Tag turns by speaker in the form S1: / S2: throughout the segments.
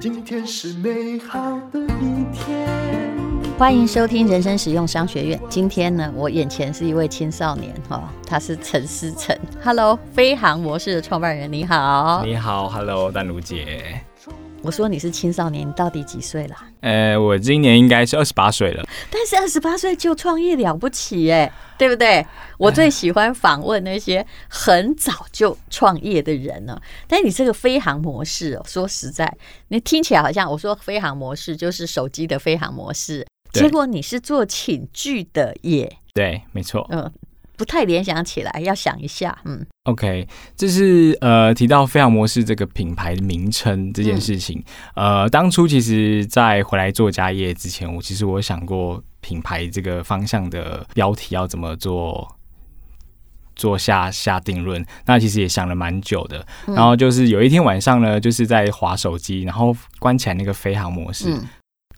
S1: 今天是美好的一天。
S2: 欢迎收听人生实用商学院。今天呢，我眼前是一位青少年哈、哦，他是陈思成。Hello，飞航模式的创办人，你好。
S3: 你好，Hello，丹如姐。
S2: 我说你是青少年，你到底几岁啦？
S3: 呃，我今年应该是二十八岁了。
S2: 但是二十八岁就创业了不起耶，对不对？我最喜欢访问那些很早就创业的人呢、但你这个飞行模式哦，说实在，你听起来好像我说飞行模式就是手机的飞行模式，
S3: 对
S2: 结果你是做寝具的耶，
S3: 对，没错。
S2: 嗯、不太联想起来，要想一下，嗯，
S3: OK，这是呃提到飞扬模式这个品牌名称这件事情。
S2: 嗯
S3: 呃，当初其实，在回来做家业之前，我其实我想过品牌这个方向的标题要怎么做。做下下定论，那其实也想了蛮久的。
S2: 嗯
S3: 然后就是有一天晚上呢，就是在划手机，然后关起来那个飞行模式，
S2: 嗯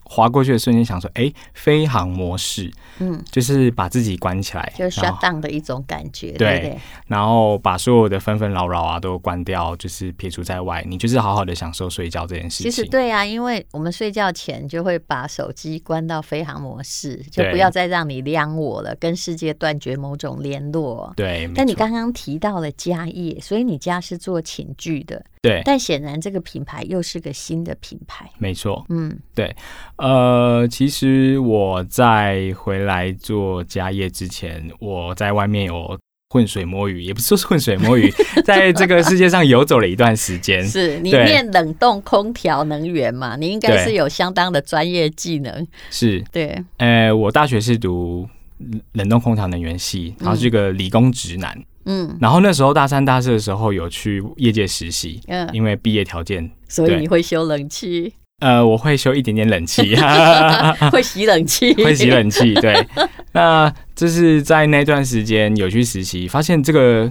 S3: 划、过去的瞬间想说，哎、飞行模式
S2: 嗯，
S3: 就是把自己关起来，
S2: 就是
S3: 然
S2: shut
S3: 后
S2: down 的一种感觉，对
S3: 对
S2: 不对？
S3: 然后把所有的纷纷扰扰啊都关掉，就是撇除在外，你就是好好的享受睡觉这件事
S2: 其
S3: 情。
S2: 实对啊，因为我们睡觉前就会把手机关到飞行模式，就
S3: 对
S2: 不要再让你晾我了，跟世界断绝某种联络。
S3: 对，没
S2: 但你
S3: 错
S2: 刚刚提到了家业，所以你家是做寝具的，
S3: 对，
S2: 但显然这个品牌又是个新的品牌。
S3: 没错。
S2: 嗯，
S3: 呃，其实我在回来做家业之前，我在外面有。浑水摸鱼，也不是说是浑 水摸鱼，在这个世界上游走了一段时间。
S2: 是你
S3: 嗯对
S2: 念冷冻空调能源嘛？你应该
S3: 对
S2: 是有相当的专业技能。
S3: 是，
S2: 对，
S3: 呃，我大学是读冷冻空调能源系，然后是一个理工直男。
S2: 嗯
S3: 然后那时候大三、大四的时候有去业界实习，
S2: 嗯，
S3: 因为毕业条件
S2: 所以
S3: 对
S2: 你会修冷气，
S3: 呃，我会修一点点冷气，
S2: 会洗冷气，
S3: 会洗 冷气。对，那就是在那段时间有去实习，发现这个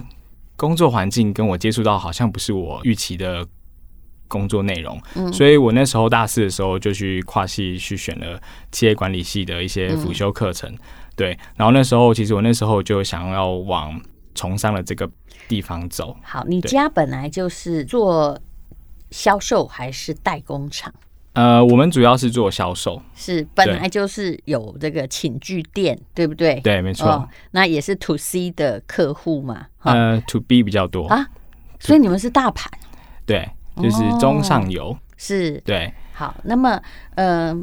S3: 工作环境跟我接触到好像不是我预期的工作内容，
S2: 嗯
S3: 所以我那时候大四的时候就去跨系去选了企业管理系的一些辅修课程。
S2: 嗯
S3: 对，然后那时候其实我那时候就想要往从商的这个地方走。
S2: 好，你
S3: 对
S2: 家本来就是做销售还是代工厂？
S3: 呃，我们主要是做销售，
S2: 是本
S3: 对
S2: 来就是有这个寝具店，对不对？
S3: 对，没错。
S2: 哦，那也是 to C 的客户嘛，哈、
S3: 呃，to B 比较多，
S2: 啊所以你们是大盘，
S3: 对，就是
S2: 哦
S3: 中上游。
S2: 是
S3: 对，
S2: 好。那么，呃，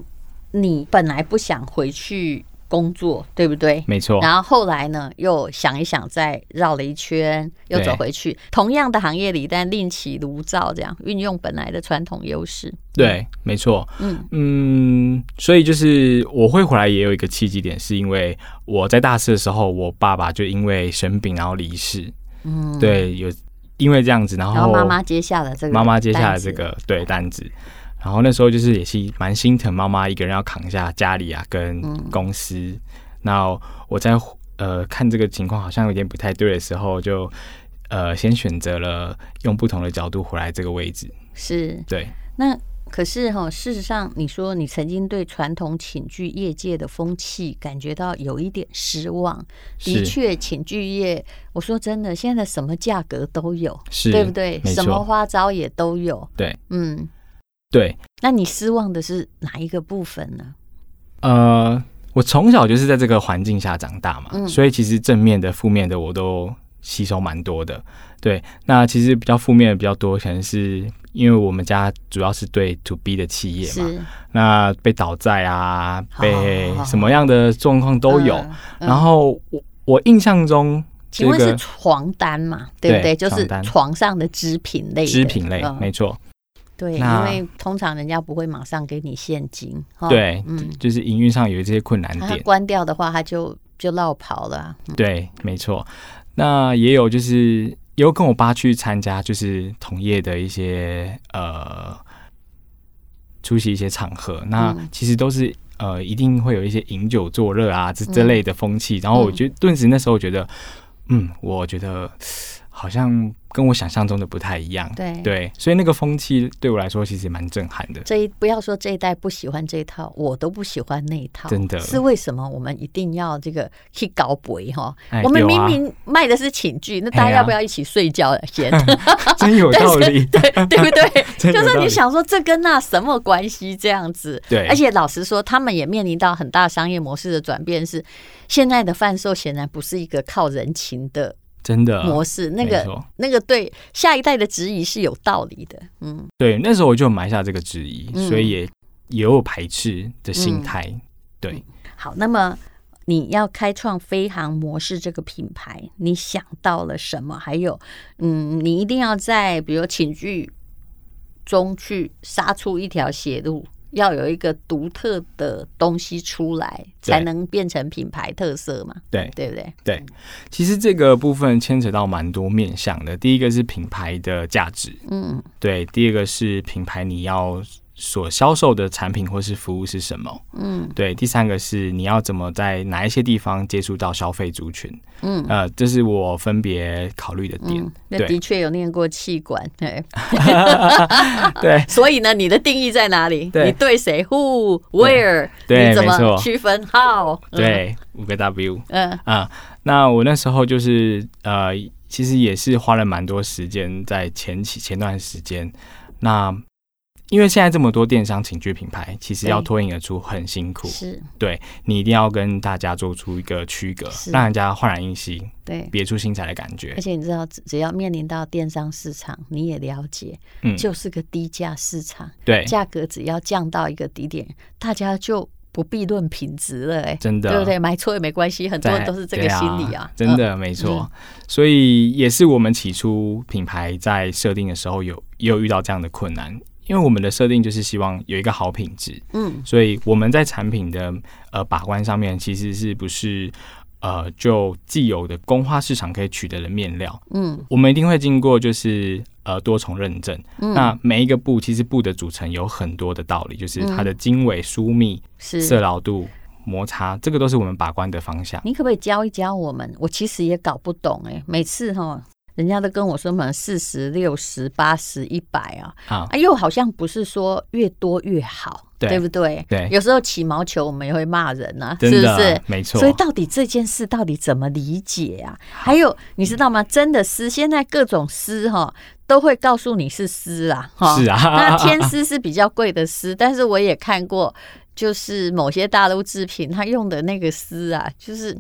S2: 你本来不想回去工作，对不对？
S3: 没错，
S2: 然后后来呢，又想一想，再绕了一圈，又
S3: 对
S2: 走回去同样的行业里，但另起炉灶，这样运用本来的传统优势。
S3: 对，没错，
S2: 嗯
S3: 嗯，所以就是我会回来也有一个契机点，是因为我在大四的时候，我爸爸就因为生病然后离世，
S2: 嗯，
S3: 对，有因为这样子，然后
S2: 然后妈妈接下了这个，
S3: 哦妈妈接下来这，个对单子。然后那时候就是也是蛮心疼妈妈一个人要扛下家里啊跟
S2: 嗯
S3: 公司。那我在呃看这个情况好像有点不太对的时候就，呃先选择了用不同的角度回来这个位置。
S2: 是
S3: 对，
S2: 那可是哈、事实上，你说你曾经对传统寝具业界的风气感觉到有一点失望。的
S3: 是
S2: 确，寝具业，我说真的，现在什么价格都有，
S3: 是
S2: 对不对？
S3: 没
S2: 什么
S3: 错，
S2: 花招也都有。
S3: 对，
S2: 嗯，
S3: 对，
S2: 那你失望的是哪一个部分呢？
S3: 呃，我从小就是在这个环境下长大嘛，
S2: 嗯
S3: 所以其实正面的、负面的我都吸收蛮多的。对，那其实比较负面的比较多，可能是因为我们家主要是对 to B 的企业嘛，
S2: 是
S3: 那被倒债啊，
S2: 好
S3: 被什么样的状况都有。
S2: 嗯嗯
S3: 然后我我印象中，这
S2: 请问是
S3: 个
S2: 床单嘛？对不对？
S3: 对
S2: 就是
S3: 床单
S2: 床上的织品类的，
S3: 织品类、
S2: 嗯
S3: 没错，
S2: 对，因
S3: 那
S2: 为通常人家不会马上给你现金。哈
S3: 对
S2: 嗯，
S3: 就是营运上有这些困难
S2: 他
S3: 点。嗯
S2: 关掉的话，他就就落跑了啊、
S3: 对，没错。那也有就是也有跟我爸去参加，就是同业的一些呃出席一些场合，那
S2: 嗯
S3: 其实都是。呃，一定会有一些饮酒作嗯乐啊，这这类的风气。然后我就顿时那时候觉得，嗯，我觉得好像跟我想象中的不太一样。
S2: 对
S3: 对，所以那个风气对我来说其实蛮震撼 的。
S2: 这一不要说这一代不喜欢这一套，我都不喜欢那一套，
S3: 真的
S2: 是为什么我们一定要这个去搞鬼哈？
S3: 哎
S2: 我们
S3: 有
S2: 明
S3: 啊
S2: 明卖的是寝具，那大家
S3: 哎呀
S2: 要不要一起睡觉先？
S3: 真有
S2: 但
S3: 道
S2: 是，
S3: 理
S2: 对 对不对？
S3: 真有
S2: 就是
S3: 道
S2: 你
S3: 理
S2: 想说这跟那什么关系这样子？
S3: 对
S2: 而且老实说，他们也面临到很大商业模式的转变是，现在的贩售显然不是一个靠人情的
S3: 真的
S2: 模式，那
S3: 呃没
S2: 个
S3: 错
S2: 那个对下一代的质疑是有道理的。嗯，
S3: 对。那时候我就埋下这个质疑，
S2: 嗯
S3: 所以也也有排斥的心态。
S2: 嗯
S3: 对，
S2: 好，那么。你要开创飞航模式这个品牌，你想到了什么？还有，嗯，你一定要在比如寝具中去杀出一条血路，要有一个独特的东西出来，
S3: 对
S2: 才能变成品牌特色嘛，
S3: 对，
S2: 对不对？
S3: 对，其实这个部分牵扯到蛮多面向的。第一个是品牌的价值，
S2: 嗯，
S3: 对；第二个是品牌你要所销售的产品或是服务是什么，
S2: 嗯，
S3: 对；第三个是你要怎么在哪一些地方接触到消费族群，
S2: 嗯，
S3: 呃，这是我分别考虑的点。
S2: 嗯，那的
S3: 对
S2: 确有念过气管，对，
S3: 对
S2: 所以呢，你的定义在哪里？
S3: 对
S2: 你对谁？Who where？
S3: 对
S2: 你怎
S3: 没
S2: 么
S3: 错
S2: 区分？How？嗯，
S3: 对，五个 W
S2: 嗯
S3: 啊、那我那时候就是呃，其实也是花了蛮多时间在前期前段时间。那因为现在这么多电商情趣品牌，其实
S2: 对
S3: 要脱颖而出很辛苦，
S2: 是，
S3: 你一定要跟大家做出一个区隔
S2: 是，
S3: 让人家焕然一新，
S2: 对。
S3: 别出心裁的感觉
S2: 而。且你知道，只只要面临到电商市场，你也了解，
S3: 嗯，哎
S2: 就是个低价市场，
S3: 对，
S2: 价格只要降到一个低点，大家就不必论品质了、哎，
S3: 真的
S2: 对不对？买错也没关系，很多人
S3: 在
S2: 都是这
S3: 对
S2: 个心理啊，
S3: 真
S2: 嗯。
S3: 的、没错。所以也是我们起初品牌在设定的时候有也有遇到这样的困难，因为我们的设定就是希望有一个好品质，
S2: 嗯，
S3: 所以我们在产品的呃把关上面，其实是不是呃就既有的工化市场可以取得的面料，
S2: 嗯
S3: 我们一定会经过就是呃多重认证。
S2: 嗯
S3: 那每一个布，其实布的组成有很多的道理，就是它的经纬、疏密、色
S2: 嗯是。
S3: 牢度、摩擦，这个都是我们把关的方向。
S2: 你可不可以教一教我们？我其实也搞不懂哎、每次哈，人家都跟我说嘛，四十六十八十一百啊，
S3: 啊
S2: 啊，又好像不是说越多越好，
S3: 对
S2: 不对？
S3: 对
S2: 有时候起毛球我们也会骂人啊，是
S3: 真
S2: 不
S3: 的
S2: 是？
S3: 没错
S2: 所以到底这件事到底怎么理解啊？还有你知道吗？真的丝，现在各种丝哈都会告诉你是丝啦，哈。
S3: 是啊，
S2: 那天丝是比较贵的丝， 但是我也看过，就是某些大陆制品，它用的那个丝啊，就是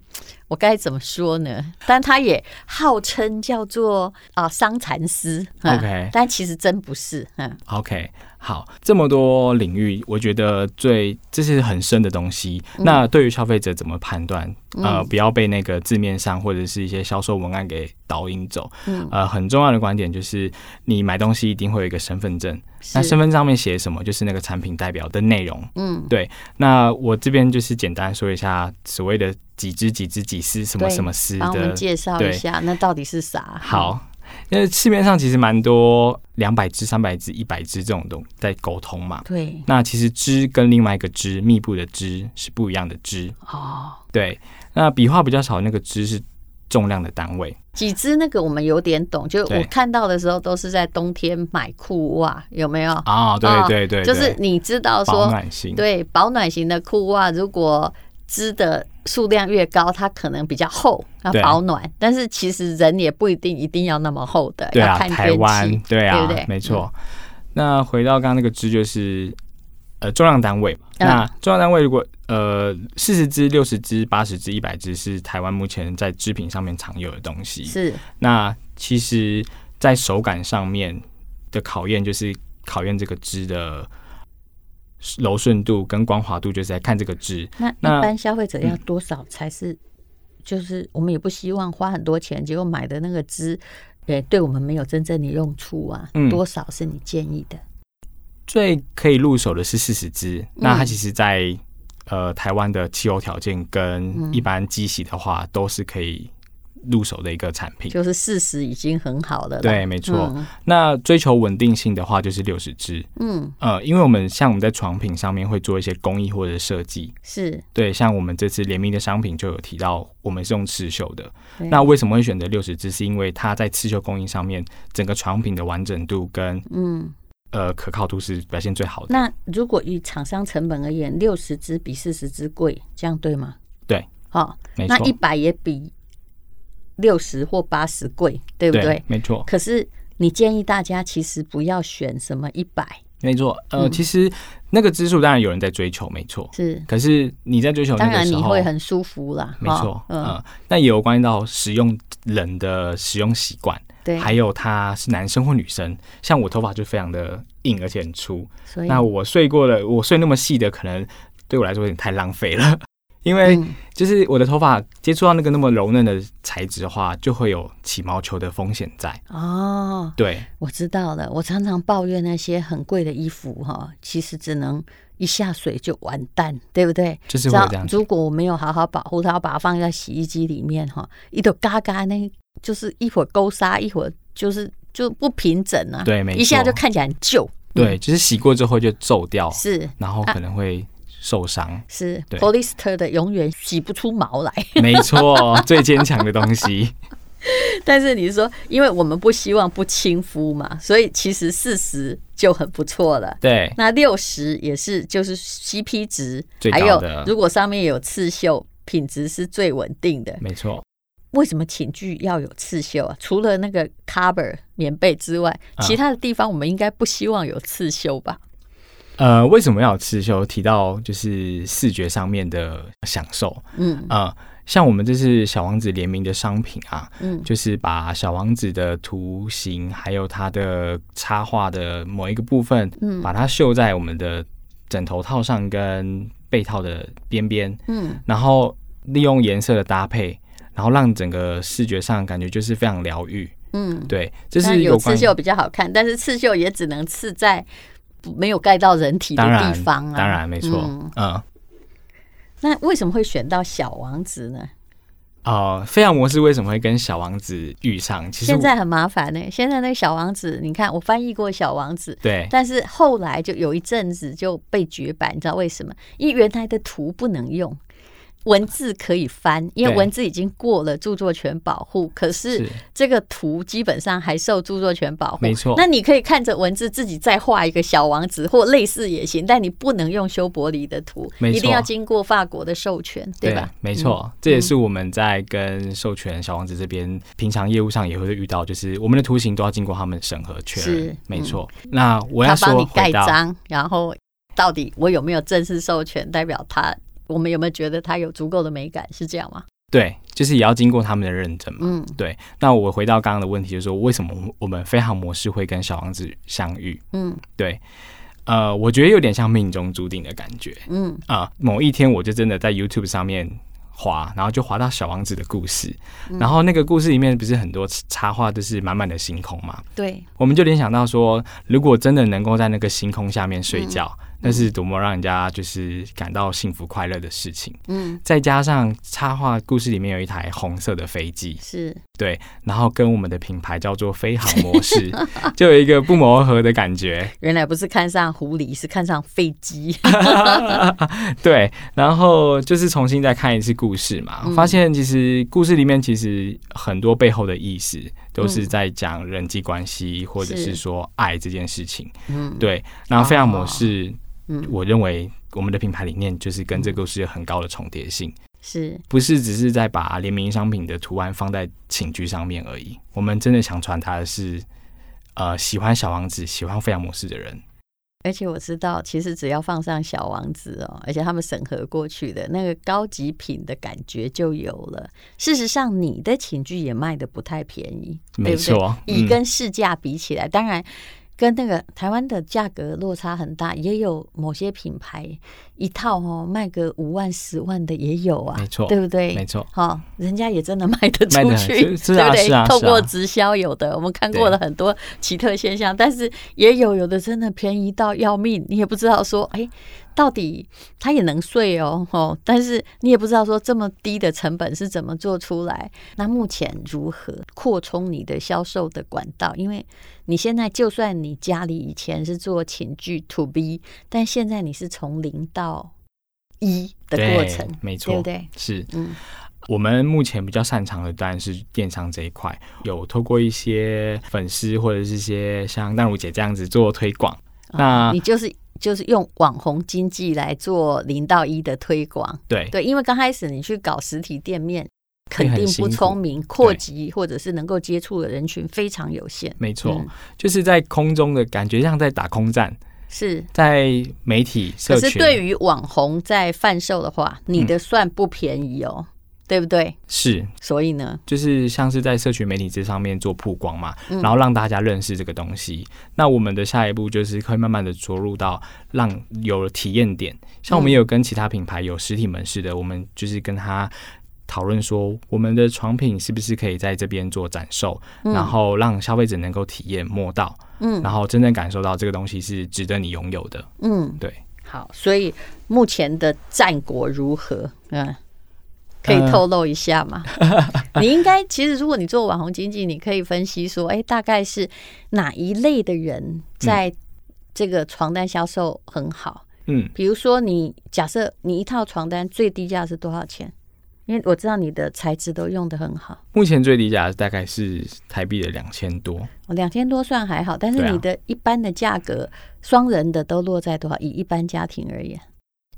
S2: 我该怎么说呢？但它也号称叫做啊伤蚕丝嗯
S3: OK
S2: 但其实真不是，嗯
S3: OK，好，这么多领域，我觉得最这是很深的东西。
S2: 嗯
S3: 那对于消费者怎么判断？呃，不要被那个字面上或者是一些销售文案给导引走。
S2: 嗯
S3: 呃，很重要的观点就是，你买东西一定会有一个身份证，
S2: 是
S3: 那身份证上面写什么，就是那个产品代表的内容。
S2: 嗯，
S3: 对，那我这边就是简单说一下所谓的几支几支几丝什么
S2: 对
S3: 什么丝
S2: 帮我们
S3: 的。
S2: 介绍一
S3: 对
S2: 下，那到底是啥？
S3: 好，因为市面上其实蛮多两百支、三百支、一百支这种东在沟通嘛
S2: 嗯，。对，
S3: 那其实织跟另外一个织密布的织是不一样的织，
S2: 哦，
S3: 对。那笔画比较少，那个织是重量的单位，
S2: 几只那个我们有点懂，就
S3: 对
S2: 我看到的时候都是在冬天买裤袜，有没有？
S3: 啊、对
S2: 啊
S3: 对对对，
S2: 就是你知道
S3: 保
S2: 说，
S3: 暖性，
S2: 对保暖型的裤袜，如果织的数量越高，它可能比较厚，它
S3: 对
S2: 保暖。但是其实人也不一定一定要那么厚的，
S3: 对
S2: 要
S3: 啊，
S2: 看
S3: 台
S2: 天
S3: 湾
S2: 气。
S3: 对
S2: 对
S3: 啊，
S2: 不对嗯
S3: 没错。那回到刚刚那个织就是呃重量单位嘛，
S2: 嗯
S3: 那重量单位如果呃四十支、六十支、八十支、一百支是台湾目前在织品上面常有的东西，
S2: 是
S3: 那其实，在手感上面的考验，就是考验这个织的柔顺度跟光滑度，就是在看这个织。
S2: 那
S3: 那嗯
S2: 一般消费者要多少才是？就是我们也不希望花很多钱，结果买的那个织，也对我们没有真正的用处啊。
S3: 嗯
S2: 多少是你建议的？
S3: 最可以入手的是四十支，
S2: 嗯
S3: 那它其实在呃台湾的气候条件跟一般机洗的话，都是可以入手的一个产品。
S2: 就是事实已经很好了啦。
S3: 对，没错。
S2: 嗯
S3: 那追求稳定性的话，就是六十支。
S2: 嗯，
S3: 呃，因为我们像我们在床品上面会做一些工艺或者设计，
S2: 是
S3: 对，像我们这次联名的商品就有提到，我们是用刺绣的。
S2: 对
S3: 那为什么会选择六十支？是因为它在刺绣工艺上面，整个床品的完整度跟
S2: 嗯。
S3: 呃可靠度是表现最好的。
S2: 那如果以厂商成本而言，六十支比四十支贵，这样对吗？
S3: 对，
S2: 好、
S3: 没
S2: 那
S3: 错，
S2: 一百也比六十或八十贵，对不对？
S3: 对，没错，
S2: 可是你建议大家其实不要选什么一百，
S3: 没错。呃，
S2: 嗯
S3: 其实那个支数当然有人在追求，没错。
S2: 是
S3: 可是你在追求那
S2: 当
S3: 个
S2: 然
S3: 时
S2: 你
S3: 候，
S2: 会很舒服啦，
S3: 没
S2: 哈
S3: 错，
S2: 嗯，
S3: 嗯，那也有关系到使用人的使用习惯，
S2: 对，
S3: 还有他是男生或女生。像我头发就非常的硬，而且很粗，
S2: 所以
S3: 那我睡过了，我睡那么细的，可能对我来说有点太浪费了。 因为
S2: 嗯
S3: 就是我的头发接触到那个那么柔嫩的材质的话，就会有起毛球的风险在。
S2: 哦，
S3: 对，
S2: 我知道了。我常常抱怨那些很贵的衣服哈，其实只能一下水就完蛋，对不对？
S3: 就是
S2: 只
S3: 会
S2: 要
S3: 这样子。
S2: 如果我没有好好保护它，把它放在洗衣机里面哈，一头嘎嘎那，就是一会儿勾纱，一会儿就是就不平整啊，
S3: 对没错
S2: 一下就看起来很旧，
S3: 对，就是洗过之后就皱掉，
S2: 嗯是啊
S3: 然后可能会受伤。
S2: 是
S3: 对
S2: polyester 的永远洗不出毛来。
S3: 没错，最坚强的东西。
S2: 但是你说，因为我们不希望不亲肤嘛，所以其实四十就很不错了。
S3: 对，
S2: 那六十也是就是 CP 值
S3: 最，
S2: 还
S3: 高
S2: 有
S3: 的
S2: 如果上面有刺绣，品质是最稳定的。
S3: 没错。
S2: 为什么寝具要有刺绣啊？除了那个 cover 棉被之外，
S3: 啊
S2: 其他的地方我们应该不希望有刺绣吧？
S3: 呃，为什么要有刺绣？提到就是视觉上面的享受。
S2: 嗯
S3: 呃，像我们这次小王子联名的商品啊，
S2: 嗯，
S3: 就是把小王子的图形还有它的插画的某一个部分，
S2: 嗯
S3: 把它绣在我们的枕头套上跟被套的边边，
S2: 嗯，
S3: 然后利用颜色的搭配，然后让整个视觉上感觉就是非常疗愈。
S2: 嗯，
S3: 对，这
S2: 但
S3: 是
S2: 有
S3: 关
S2: 刺绣比较好看，但是刺绣也只能刺在不没有盖到人体的
S3: 当然
S2: 地方啊。
S3: 当然没错，
S2: 嗯
S3: 嗯。呃
S2: 那为什么会选到小王子呢？
S3: 哦飞扬模式为什么会跟小王子遇上？其实我
S2: 现在很麻烦呢、现在那个小王子，你看我翻译过小王子，
S3: 对
S2: 但是后来就有一阵子就被绝版，你知道为什么？因为原来的图不能用，文字可以翻，因为
S3: 对
S2: 文字已经过了著作权保护，可是
S3: 是
S2: 这个图基本上还受著作权保护。
S3: 没错
S2: 那你可以看着文字自己再画一个小王子或类似也行，但你不能用修伯里的图，
S3: 没错
S2: 一定要经过法国的授权，对吧？
S3: 嗯
S2: 嗯
S3: 没错，这也是我们在跟授权小王子这边平常业务上也会遇到，就是我们的图形都要经过他们审核确
S2: 是
S3: 认。嗯没错，那我要
S2: 他帮
S3: 说
S2: 你盖
S3: 回到
S2: 章，然后到底我有没有正式授权，代表他我们有没有觉得他有足够的美感，是这样吗？
S3: 对，就是也要经过他们的认证嘛。
S2: 嗯
S3: 对，那我回到刚刚的问题，就是说为什么我们飞航模式会跟小王子相遇？
S2: 嗯
S3: 对，呃，我觉得有点像命中注定的感觉
S2: 嗯
S3: 啊、某一天我就真的在 YouTube 上面滑，然后就滑到小王子的故事，然后那个故事里面不是很多插画，就是满满的星空嘛。
S2: 对，
S3: 我们就联想到说，如果真的能够在那个星空下面睡觉，那是多么让人家就是感到幸福快乐的事情。
S2: 嗯
S3: 再加上插画故事里面有一台红色的飞机，
S2: 是
S3: 对，然后跟我们的品牌叫做飞航模式，就有一个不谋而合的感觉。
S2: 原来不是看上狐狸，是看上飞 机。
S3: 对，然后就是重新再看一次故事嘛，
S2: 嗯
S3: 发现其实故事里面其实很多背后的意思都是在讲人际关系，或者
S2: 嗯是
S3: 是说爱这件事情。
S2: 嗯，
S3: 对，然后飞扬模式，
S2: 嗯
S3: 我认为我们的品牌理念就是跟这个故事有很高的重叠性，
S2: 是
S3: 不是只是在把联名商品的图案放在寝具上面而已。我们真的想传达的是，呃，喜欢小王子、喜欢飞扬模式的人，
S2: 而且我知道，其实只要放上小王子哦，而且他们审核过去的那个高级品的感觉就有了。事实上，你的寝具也卖的不太便宜，
S3: 没
S2: 对
S3: 错
S2: 不对？以
S3: 嗯
S2: 跟市价比起来，当然跟那个台湾的价格落差很大，也有某些品牌一套哦卖个五万、十万的也有啊，
S3: 没错
S2: 对不对？
S3: 没错。
S2: 好、人家也真的卖得
S3: 卖
S2: 出
S3: 得
S2: 去，
S3: 很是是啊
S2: 对不对？
S3: 是啊
S2: 透
S3: 是
S2: 过
S3: 啊
S2: 直销有的，我们看过了很多奇特现象，但是也有有的真的便宜到要命，你也不知道说，哎，到底它也能睡哦，吼，但是你也不知道说这么低的成本是怎么做出来。那目前如何扩充你的销售的管道？因为你现在就算你家里以前是做寝具 to B，但现在你是从零到一的过程，
S3: 没错，
S2: 对不对？
S3: 是，
S2: 嗯
S3: 我们目前比较擅长的当然是电商这一块，有透过一些粉丝或者是一些像淡如姐这样子做推广。那
S2: 啊你就是就是用网红经济来做零到一的推广。
S3: 对
S2: 对，因为刚开始你去搞实体店面，
S3: 会
S2: 肯
S3: 很
S2: 定
S3: 辛
S2: 不
S3: 苦
S2: 聪明，扩及或者是能够接触的人群非常有限。
S3: 没错，
S2: 嗯
S3: 就是在空中的感觉，像在打空战，
S2: 是，
S3: 在媒体社
S2: 可
S3: 群。
S2: 是对于网红在贩售的话，你
S3: 嗯
S2: 的算不便宜哦，对不对？
S3: 是
S2: 所以呢，
S3: 就是像是在社群媒体这上面做曝光嘛，
S2: 嗯
S3: 然后让大家认识这个东西。那我们的下一步就是会慢慢的着入到让有了体验点，像我们也有跟其他品牌有实体门市
S2: 嗯
S3: 的，我们就是跟他。讨论说，我们的床品是不是可以在这边做展售，然后让消费者能够体验摸到，
S2: 嗯
S3: 然后真正感受到这个东西是值得你拥有的。
S2: 嗯，
S3: 对，
S2: 好，所以目前的战果如何？嗯。可以
S3: 呃
S2: 透露一下 吗？你应该其实，如果你做网红经济，你可以分析说，哎、大概是哪一类的人在这个床单销售很好？
S3: 嗯，
S2: 比如说你，假设你一套床单最低价是多少钱？因为我知道你的材质都用的很好，
S3: 目前最低价大概是台币的两千多，
S2: 两千多算还好，但
S3: 对
S2: 是
S3: 啊
S2: 你的一般的价格，双人的都落在多少？以一般家庭而言，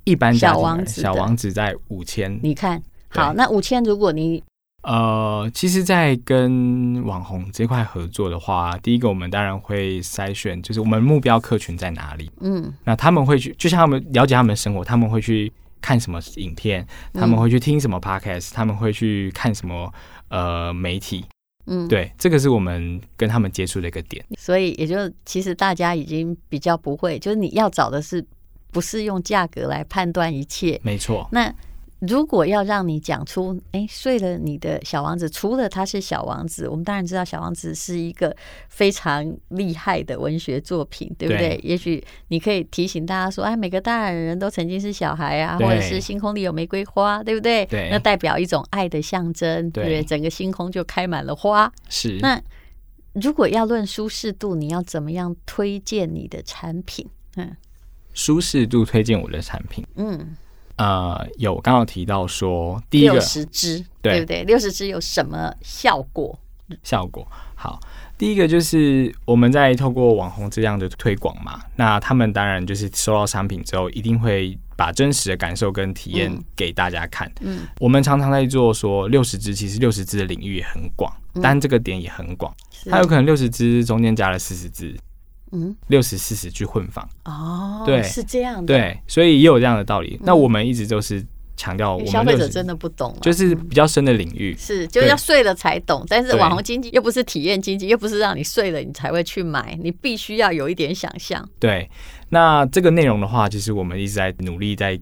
S3: 一般家
S2: 小
S3: 庭
S2: 王子的
S3: 小王子在五千
S2: 你看
S3: 对
S2: 好，那五千，如果你
S3: 呃，其实，在跟网红这块合作的话，第一个我们当然会筛选，就是我们目标客群在哪里。
S2: 嗯
S3: 那他们会去，就像他们了解他们的生活，他们会去看什么影片，
S2: 嗯
S3: 他们会去听什么 podcast，他们会去看什么呃媒体。
S2: 嗯，，
S3: 对，这个是我们跟他们接触的一个点。
S2: 所以也就其实大家已经比较不会，就是你要找的是不是用价格来判断一切？
S3: 没错，
S2: 那如果要让你讲出，哎，睡了你的小王子，除了他是小王子，我们当然知道小王子是一个非常厉害的文学作品，对不对？
S3: 对
S2: 也许你可以提醒大家说，哎，每个大人都曾经是小孩啊，
S3: 对
S2: 或者是星空里有玫瑰花，对不对？
S3: 对
S2: 那代表一种爱的象征，对
S3: 对嗯
S2: 不对？整个星空就开满了花。
S3: 是
S2: 那如果要论舒适度，你要怎么样推荐你的产品？嗯
S3: 舒适度推荐我的产品。
S2: 嗯，
S3: 呃，有刚刚提到说，第一
S2: 六
S3: 个
S2: 十支，
S3: 对
S2: 对不对？六十支有什么效果？
S3: 效果。好，第一个就是我们在透过网红这样的推广嘛，那他们当然就是收到商品之后，一定会把真实的感受跟体验给大家看。
S2: 嗯，
S3: 我们常常在做说六十支，其实六十支的领域也很广，
S2: 嗯
S3: 但这个点也很广，
S2: 是
S3: 它有可能六十支中间加了四十支，
S2: 嗯，
S3: 六十四十去混纺。
S2: 哦，
S3: 对
S2: 是这样的。
S3: 对，所以也有这样的道理。那我们一直都是强调，
S2: 嗯因
S3: 我
S2: 为
S3: 们
S2: 消费者
S3: 60
S2: 真的不懂啊，
S3: 就是比较深的领域。
S2: 是就是要睡了才懂。但是
S3: 对
S2: 网红经济又不是体验经济，又不是让你睡了你才会去买，你必须要有一点想象。
S3: 对，那这个内容的话，其实我们一直在努力在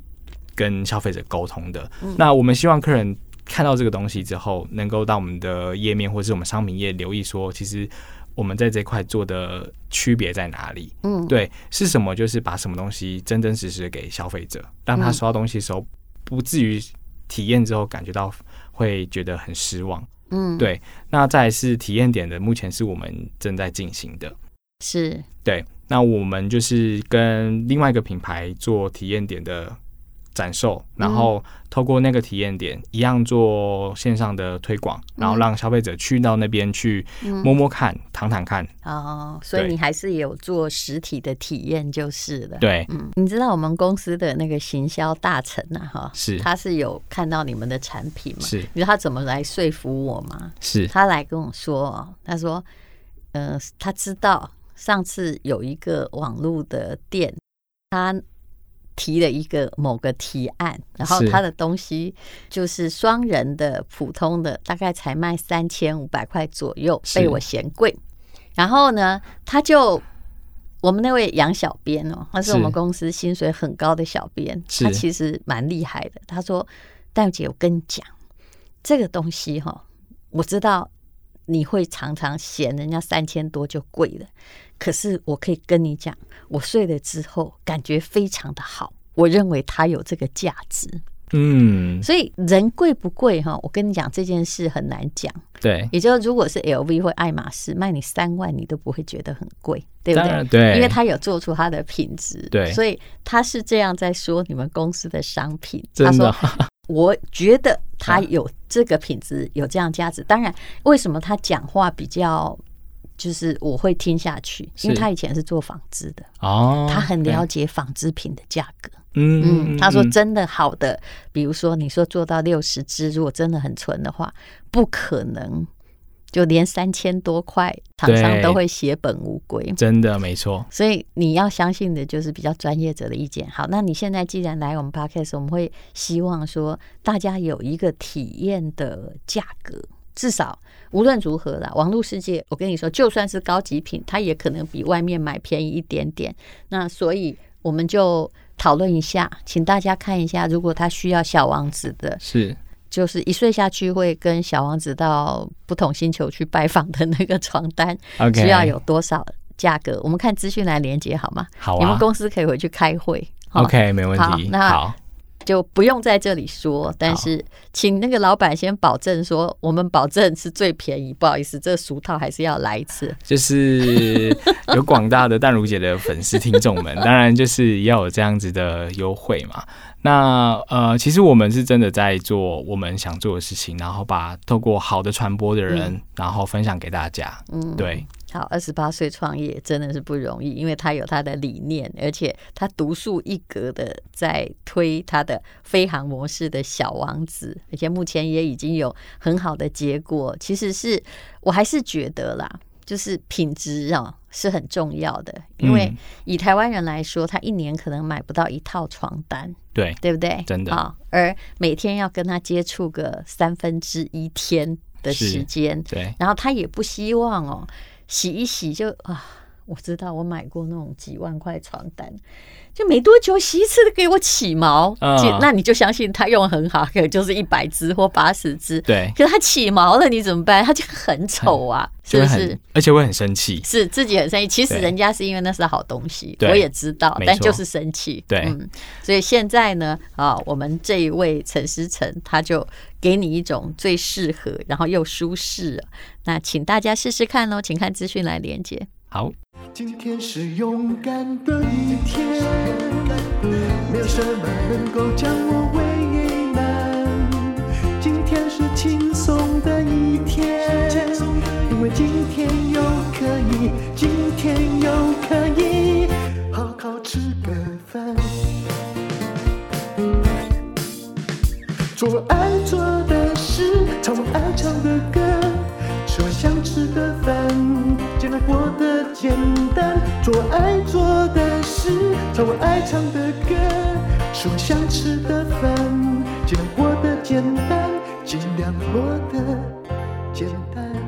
S3: 跟消费者沟通的。那我们希望客人看到这个东西之后，能够到我们的页面或是我们商品页留意说，其实我们在这块做的区别在哪里？
S2: 嗯，
S3: 对，是什么？就是把什么东西真真实实的给消费者，让他收到东西的时候，不至于体验之后感觉到会觉得很失望。
S2: 嗯，
S3: 对，那再来是体验点的，目前是我们正在进行的。
S2: 是
S3: 对，那我们就是跟另外一个品牌做体验点的展售，
S2: 嗯
S3: 然后透过那个体验点一样做线上的推广，
S2: 嗯
S3: 然后让消费者去到那边去摸摸看、躺躺看。
S2: 哦，所以
S3: 对
S2: 你还是有做实体的体验就是了。
S3: 对，
S2: 嗯，你知道我们公司的那个行销大臣呐、啊，哈，
S3: 是
S2: 他是有看到你们的产品嘛？
S3: 是
S2: 你知道他怎么来说服我吗？
S3: 是
S2: 他来跟我说哦，他说，嗯、他知道上次有一个网络的店，他提了一个某个提案，然后
S3: 是
S2: 他的东西就是双人的普通的，大概才卖三千五百块左右，
S3: 是
S2: 被我嫌贵。然后呢，他就我们那位杨小编哦，他是
S3: 是
S2: 我们公司薪水很高的小编，
S3: 是
S2: 他其实蛮厉害的。他说：“戴姐，我跟你讲，这个东西哈、我知道你会常常嫌人家三千多就贵了，可是我可以跟你讲，我睡了之后感觉非常的好。我认为它有这个价值。
S3: 嗯，
S2: 所以人贵不贵哈？我跟你讲这件事很难讲。
S3: 对，
S2: 也就是如果是 LV 或爱马仕卖你三万，你都不会觉得很贵，对不
S3: 当
S2: 对
S3: 然？对，
S2: 因为它有做出它的品质，
S3: 对
S2: 所以他是这样在说你们公司的商品。他
S3: 真的
S2: 说， 我觉得它有这个品质，有这样价值。当然，为什么他讲话比较就是我会听下去？因为
S3: 是
S2: 他以前是做纺织的，
S3: 哦，
S2: 他很了
S3: 对，
S2: 解纺织品的价格。
S3: 嗯
S2: 嗯，他说真的好的，比如说你说做到六十只，如果真的很纯的话，不可能，就连三千多块厂商
S3: 对
S2: 都会血本无归。
S3: 真的没错，
S2: 所以你要相信的就是比较专业者的意见。好，那你现在既然来我们 podcast，我们会希望说大家有一个体验的价格，至少无论如何啦，网络世界，我跟你说，就算是高级品，它也可能比外面买便宜一点点。那所以我们就讨论一下，请大家看一下，如果他需要小王子的，
S3: 是
S2: 就是一岁下去会跟小王子到不同星球去拜访的那个床单，
S3: OK，
S2: 需要有多少价格？我们看资讯来连接好吗？
S3: 好
S2: 你们
S3: 啊
S2: 公司可以回去开会。哈
S3: ，OK，没问
S2: 好
S3: 题，
S2: 那
S3: 好，
S2: 就不用在这里说，但是请那个老板先保证说，我们保证是最便宜。不好意思，这俗套还是要来一次。
S3: 就是有广大的淡如姐的粉丝听众们，当然就是要有这样子的优惠嘛。那呃，其实我们是真的在做我们想做的事情，然后把透过好的传播的人，然后分享给大家。
S2: 嗯，
S3: 对，
S2: 好，二十八岁创业真的是不容易，因为他有他的理念，而且他独树一格的在推他的飞航模式的小王子，而且目前也已经有很好的结果。其实是我还是觉得啦，就是品质啊是很重要的，因为
S3: 嗯
S2: 以台湾人来说，他一年可能买不到一套床单，
S3: 对，
S2: 对不对？
S3: 真的
S2: 啊、而每天要跟他接触个三分之一天的
S3: 是
S2: 时间，
S3: 对，
S2: 然后他也不希望哦，洗一洗就啊，我知道我买过那种几万块床单，就没多久洗一次给我起毛，
S3: 嗯
S2: 就那你就相信他用得很好，可能就是一百只或八十只，
S3: 对，
S2: 可是他起毛了，你怎么办？他就很丑啊，是
S3: 就
S2: 不
S3: 会
S2: 是
S3: 很？，而且会很生气。
S2: 是自己很生气，其实
S3: 对
S2: 人家是因为那是好东西，
S3: 对
S2: 我也知道
S3: 没，错
S2: 但就是生气。
S3: 对
S2: 嗯，所以现在呢，啊，我们这一位陈思诚，他就给你一种最适合，然后又舒适。啊那请大家试试看喽，请看资讯来连接。
S3: 好，
S1: 今天是勇敢的一天，没有什么能够将我为难。今天是轻松的一天，因为今天又可以，今天又可以好好吃个饭，做我爱做的事，唱我爱唱的歌。吃我想吃的饭，尽量过得简单，做我爱做的事，唱我爱唱的歌。吃我想吃的饭，尽量过得简单，尽量过得简单。